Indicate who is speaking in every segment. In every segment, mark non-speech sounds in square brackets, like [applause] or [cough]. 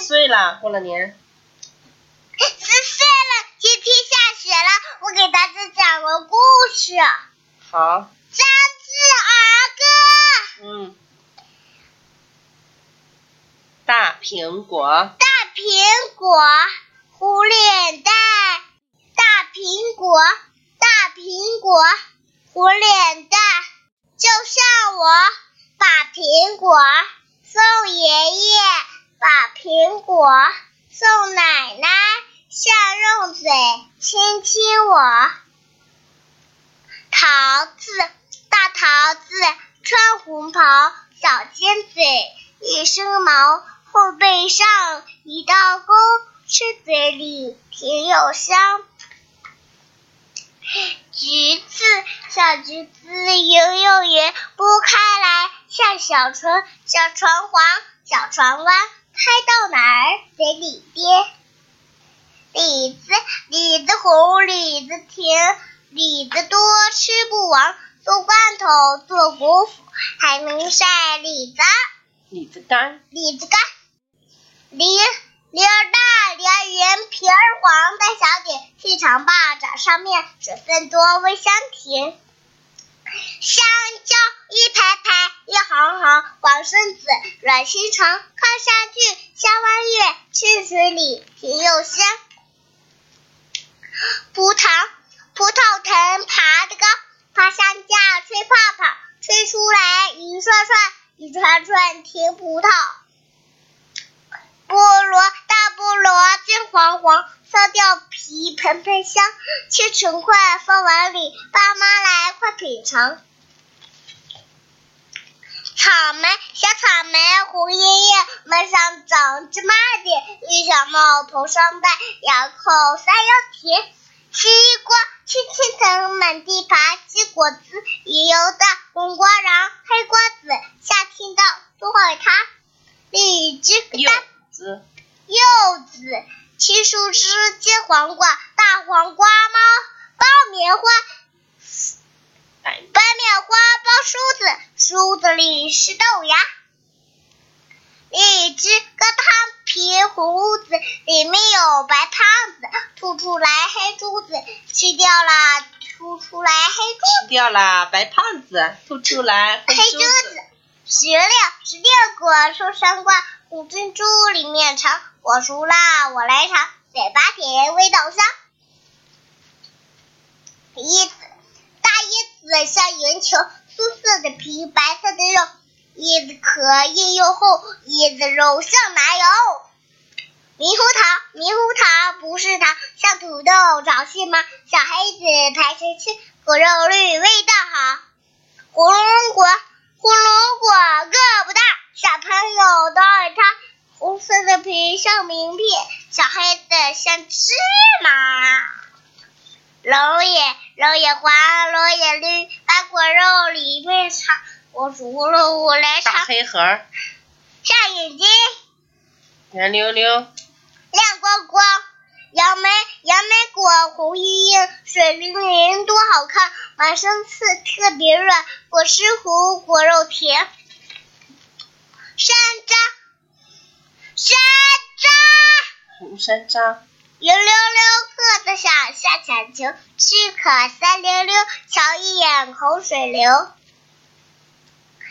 Speaker 1: 岁了，嗯过了年。
Speaker 2: 十岁了，今天下雪了，我给大家讲个故事。
Speaker 1: 好，
Speaker 2: 张志儿歌，
Speaker 1: 嗯。大苹果，
Speaker 2: 大苹果，狐脸蛋，大苹果，大苹果，狐脸蛋，就像我把苹果送爷爷，把苹果送奶奶，像用嘴亲亲我。桃子，大桃子穿红袍，小尖嘴，一身毛，后背上一道沟，吃嘴里挺有香。橘子，小橘子圆又圆，剥开来像小船，小船黄，小船弯，开到哪儿得里边。李子，李子红，李子甜，李子多吃不完，做罐头，做果脯，还能晒李子，
Speaker 1: 李子干，
Speaker 2: 李子干。梨，梨儿大，梨儿圆，皮儿黄，带小点，细长巴掌，上面水分多，味香甜。香蕉一排排，一行行，往身子软细长，看上去像弯月，吃水里挺又香。葡萄，葡萄藤爬得高，爬上架吹泡泡，吹出来一串串，一串串甜葡萄。菠萝，大菠萝金黄黄，烧掉皮盆盆香，切成块放碗里，爸妈来快品尝。草莓，小草莓红叶叶，门上长芝麻点，绿小帽头上戴，咬口塞又甜。西瓜，青青藤满地爬，西果子也有的红瓜瓤，黑瓜子夏天到都会开。荔枝，
Speaker 1: 柚
Speaker 2: 大
Speaker 1: 子，
Speaker 2: 柚子、青树枝、金黄瓜、大黄瓜、猫爆米花、
Speaker 1: 白
Speaker 2: 白面花、包梳子，梳子里是豆芽。荔枝割汤皮胡子，里面有白胖子，吐出来黑珠子，吃掉了吐出来黑珠
Speaker 1: 吃掉了白胖子，吐出来黑
Speaker 2: 黑珠
Speaker 1: 珠子
Speaker 2: 子。，石榴，石榴果树上挂，红珍珠里面藏。我熟啦，我来尝，嘴巴甜，味道香。椰子，大椰子像圆球，棕色的皮，白色的肉，椰子壳硬又厚，椰子肉像奶油。猕猴桃，猕猴桃不是糖，像土豆找细毛，小黑子排谁吃，果肉绿，味道好。火龙果，火龙果个不大，小朋友都爱它。红色的皮像名片，小黑的像芝麻。龙眼，龙眼黄，龙眼绿，白果肉里面藏。我熟了，我来尝
Speaker 1: 大。黑盒儿，
Speaker 2: 上眼睛
Speaker 1: 圆溜溜，
Speaker 2: 亮光光，杨梅，杨梅果红莹莹，水灵灵，多好看！满身刺特别软，果实糊，果肉甜。山楂，山楂。
Speaker 1: 红山楂，
Speaker 2: 圆溜溜，个子小，下浅球，吃可三溜溜，瞧一眼口水流。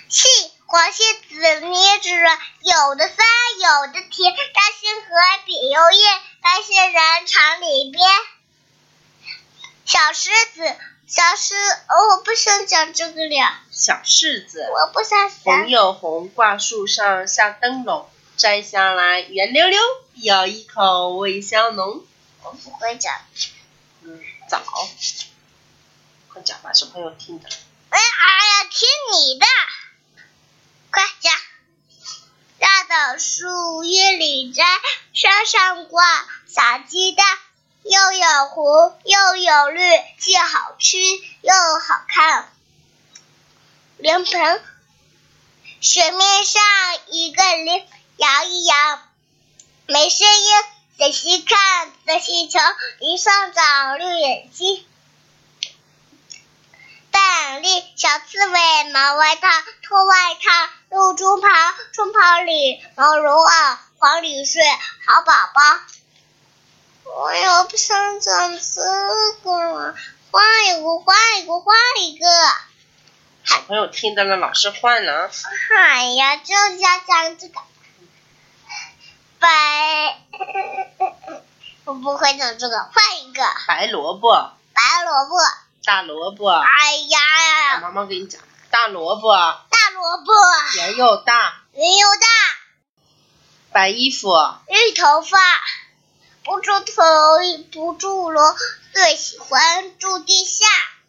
Speaker 2: 细黄蟹籽捏着软，有的酸，有的甜，大杏核比油叶，白杏仁尝里边。小狮子，小狮，哦，我不想讲这个了，
Speaker 1: 小柿子，
Speaker 2: 我不想
Speaker 1: 红
Speaker 2: 讲。
Speaker 1: 又红，挂树上像灯笼，摘下来圆溜溜，咬一口味香浓。
Speaker 2: 我不会讲。
Speaker 1: 嗯，枣，快讲吧，小朋友听着。
Speaker 2: 哎哎呀，听你的，快讲。大枣树叶里摘，山上挂小鸡蛋，又有红又有绿，既好吃又好看。莲蓬，水面上一个莲，摇一摇，没声音。仔细看，仔细瞧，一上长绿眼睛。板栗，小刺猬毛外套，脱外套，露中袍，中袍里毛绒袄，黄李睡，好宝宝。我又不想讲这个了，换一个，换一个，换一个。
Speaker 1: 小朋友听到了，老师换了啊。
Speaker 2: 哎呀，就要讲这个。白， [laughs] 我不会讲这个，换一个。
Speaker 1: 白萝卜、
Speaker 2: 白萝卜，
Speaker 1: 大萝卜，
Speaker 2: 哎呀，
Speaker 1: 妈妈给你讲，大萝卜
Speaker 2: 大萝卜，
Speaker 1: 圆又大，
Speaker 2: 人又大。
Speaker 1: 白衣服，
Speaker 2: 绿头发，不住头不住萝，最喜欢住地下。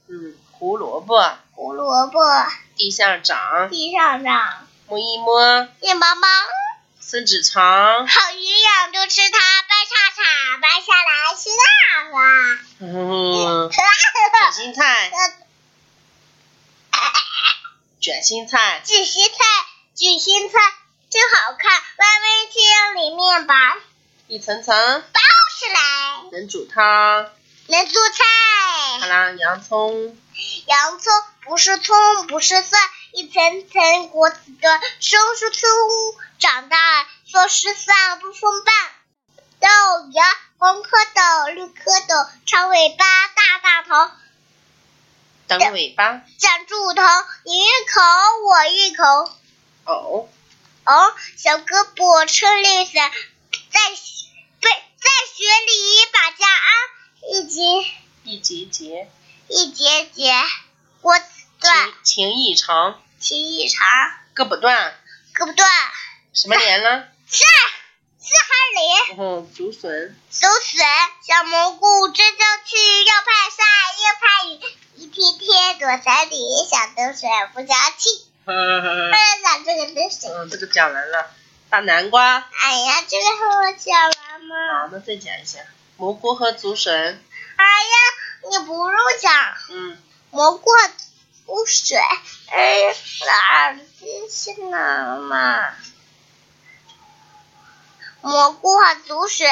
Speaker 1: 嗯，胡萝卜
Speaker 2: 胡萝卜
Speaker 1: 地下长，
Speaker 2: 地上长，
Speaker 1: 摸一摸，
Speaker 2: [laughs] 面包包，
Speaker 1: 伸直肠。
Speaker 2: 好营养就吃它，掰叉叉掰下来是大发。
Speaker 1: 嗯，卷心菜，卷心菜，
Speaker 2: 紫心菜，紫心菜真好看，外面青里面白，
Speaker 1: 一层层
Speaker 2: 包起来
Speaker 1: 能煮汤。
Speaker 2: 能做 [laughs]
Speaker 1: 好
Speaker 2: 菜。
Speaker 1: 啦，洋葱，
Speaker 2: 洋葱不是葱，不是蒜，一层层果子的生疏粗，长大说失散不分瓣。豆芽，红蝌蚪，绿蝌蚪，长尾巴，大大头，
Speaker 1: 等尾巴，
Speaker 2: 长猪头，你一口我一口。
Speaker 1: 藕，
Speaker 2: 哦，小胳膊撑绿伞，在被在雪里把家安，一节
Speaker 1: 一节节，
Speaker 2: 一节节果子断，
Speaker 1: 情情意长，
Speaker 2: 其一长，
Speaker 1: 胳膊断，
Speaker 2: 胳膊断。
Speaker 1: 什么莲呢？
Speaker 2: 是是哈林，
Speaker 1: 哦，竹笋， [laughs]
Speaker 2: 竹笋、小蘑菇蒸上去，又怕晒又怕雨，一天天躲在里，想得水不想气。
Speaker 1: 哈
Speaker 2: 为
Speaker 1: 哈哈。
Speaker 2: 了讲这个得水，
Speaker 1: 嗯，这个讲完了。大南瓜，
Speaker 2: 哎呀，这个和我讲完
Speaker 1: 好
Speaker 2: 吗？，
Speaker 1: 那再讲一下蘑菇和竹笋。
Speaker 2: 哎呀，你不用讲
Speaker 1: 嗯，
Speaker 2: 蘑菇和竹笋，哎，我的耳机去哪了？蘑菇和竹笋，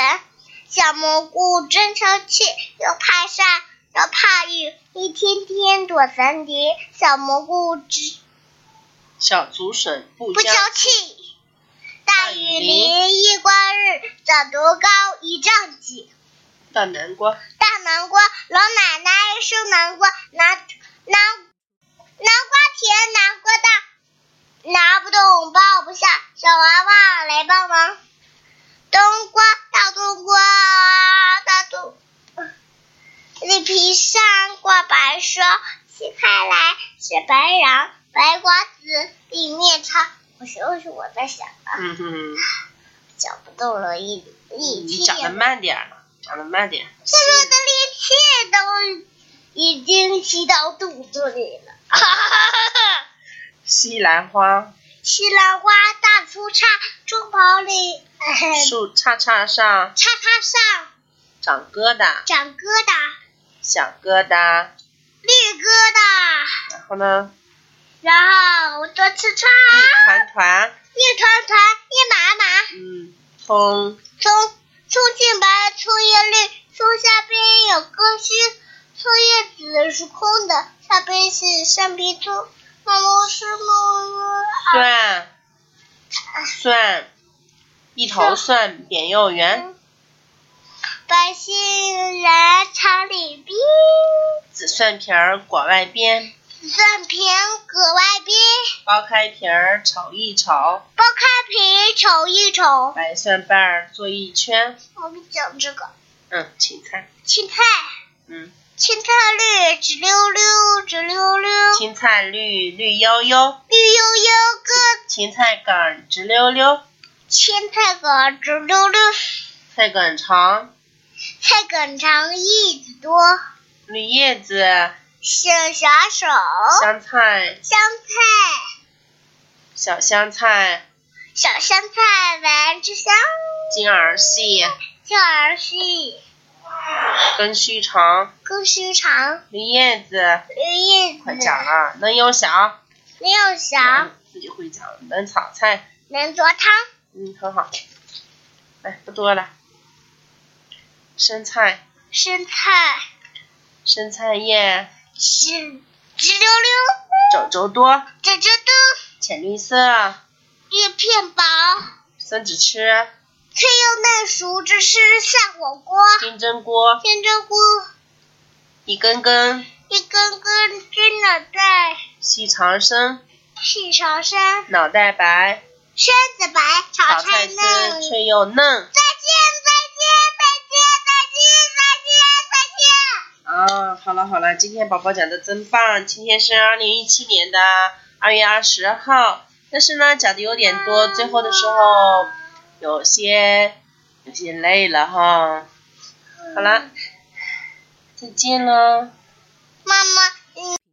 Speaker 2: 小蘑菇蒸上去，又怕晒又怕雨，一天天躲三叠，小蘑菇只
Speaker 1: 小竹笋不
Speaker 2: 不
Speaker 1: 交
Speaker 2: 消气。大雨淋一光日，长多高一丈几。
Speaker 1: 大南瓜，
Speaker 2: 大南瓜，老奶奶生南瓜，南南南瓜甜，南瓜大，拿不动，抱不下，小娃娃来帮忙。冬瓜，大冬瓜，大冬，那皮上挂白霜，切开来是白瓤，白瓜子里面长。我是我是我在想啊，
Speaker 1: 嗯哼，
Speaker 2: 讲不动了，一一
Speaker 1: 你
Speaker 2: 天。
Speaker 1: 讲的慢点儿，讲的慢点儿。
Speaker 2: 现在的力气都已经吸到肚子里
Speaker 1: [laughs]
Speaker 2: 了。哈哈哈哈！
Speaker 1: 西兰花，
Speaker 2: 西兰花大粗叉，猪跑里叉
Speaker 1: 树杈杈上
Speaker 2: 叉上
Speaker 1: 长疙瘩，
Speaker 2: 长疙瘩，
Speaker 1: 小疙瘩，
Speaker 2: 绿疙瘩，
Speaker 1: 然后呢，
Speaker 2: 然后多吃叉，
Speaker 1: 一团团，
Speaker 2: 一团团，一麻麻，
Speaker 1: 嗯，葱，
Speaker 2: 葱葱进白，葱叶绿，葱下边有根须，葱叶子是空的，下边是橡皮筋。毛毛是毛毛啊。
Speaker 1: 蒜，蒜，一头蒜扁又圆，
Speaker 2: 白杏来厂里边，
Speaker 1: 紫蒜皮儿裹外边，
Speaker 2: 紫蒜皮搁外边，
Speaker 1: 剥开皮儿炒一炒，
Speaker 2: 剥开皮瞅一瞅。
Speaker 1: 白蒜瓣儿做一圈，
Speaker 2: 我们讲这个
Speaker 1: 嗯，芹菜，
Speaker 2: 青菜，
Speaker 1: 嗯，
Speaker 2: 青菜绿直溜溜，直溜溜，
Speaker 1: 青菜绿绿油油。
Speaker 2: 绿油油个
Speaker 1: 芹菜梗直溜溜，
Speaker 2: 青菜梗直溜溜，
Speaker 1: 菜梗长，
Speaker 2: 菜梗长叶子多，
Speaker 1: 绿叶子，
Speaker 2: 小小手，
Speaker 1: 香菜，
Speaker 2: 香菜，
Speaker 1: 小香菜，
Speaker 2: 小香菜丸子香，
Speaker 1: 茎儿细，
Speaker 2: 劲儿细，
Speaker 1: 根须长，
Speaker 2: 根须长，
Speaker 1: 绿叶子，
Speaker 2: 绿叶子。
Speaker 1: 快讲啊，能有小，
Speaker 2: 没有
Speaker 1: 嗯
Speaker 2: 想，
Speaker 1: 自己会讲，能炒菜，
Speaker 2: 能做汤，
Speaker 1: 嗯，很好，来，不多了，生菜，
Speaker 2: 生菜
Speaker 1: 生菜叶，
Speaker 2: 是直溜溜，
Speaker 1: 肘肘多，
Speaker 2: 这这都
Speaker 1: 浅绿色，
Speaker 2: 叶片薄，
Speaker 1: 生着吃，
Speaker 2: 脆又嫩熟，这是下火锅。
Speaker 1: [laughs] 金针菇
Speaker 2: 金针菇
Speaker 1: 一根根
Speaker 2: 一根根真的在
Speaker 1: 细长身，
Speaker 2: 细长身，
Speaker 1: 脑袋白，
Speaker 2: 身子白，
Speaker 1: 炒
Speaker 2: 炒
Speaker 1: 菜
Speaker 2: 菜
Speaker 1: 丝
Speaker 2: 嫩。
Speaker 1: 脆又嫩。
Speaker 2: 再见，再见，再见，再见，再见，再见。
Speaker 1: 啊，好了好了，今天宝宝讲的真棒。今天是二零一七年的二月二十号，但是呢讲的有点多，
Speaker 2: 啊
Speaker 1: 最后的时候有些有些累了哈。好了，再见了。
Speaker 2: 妈妈，嗯。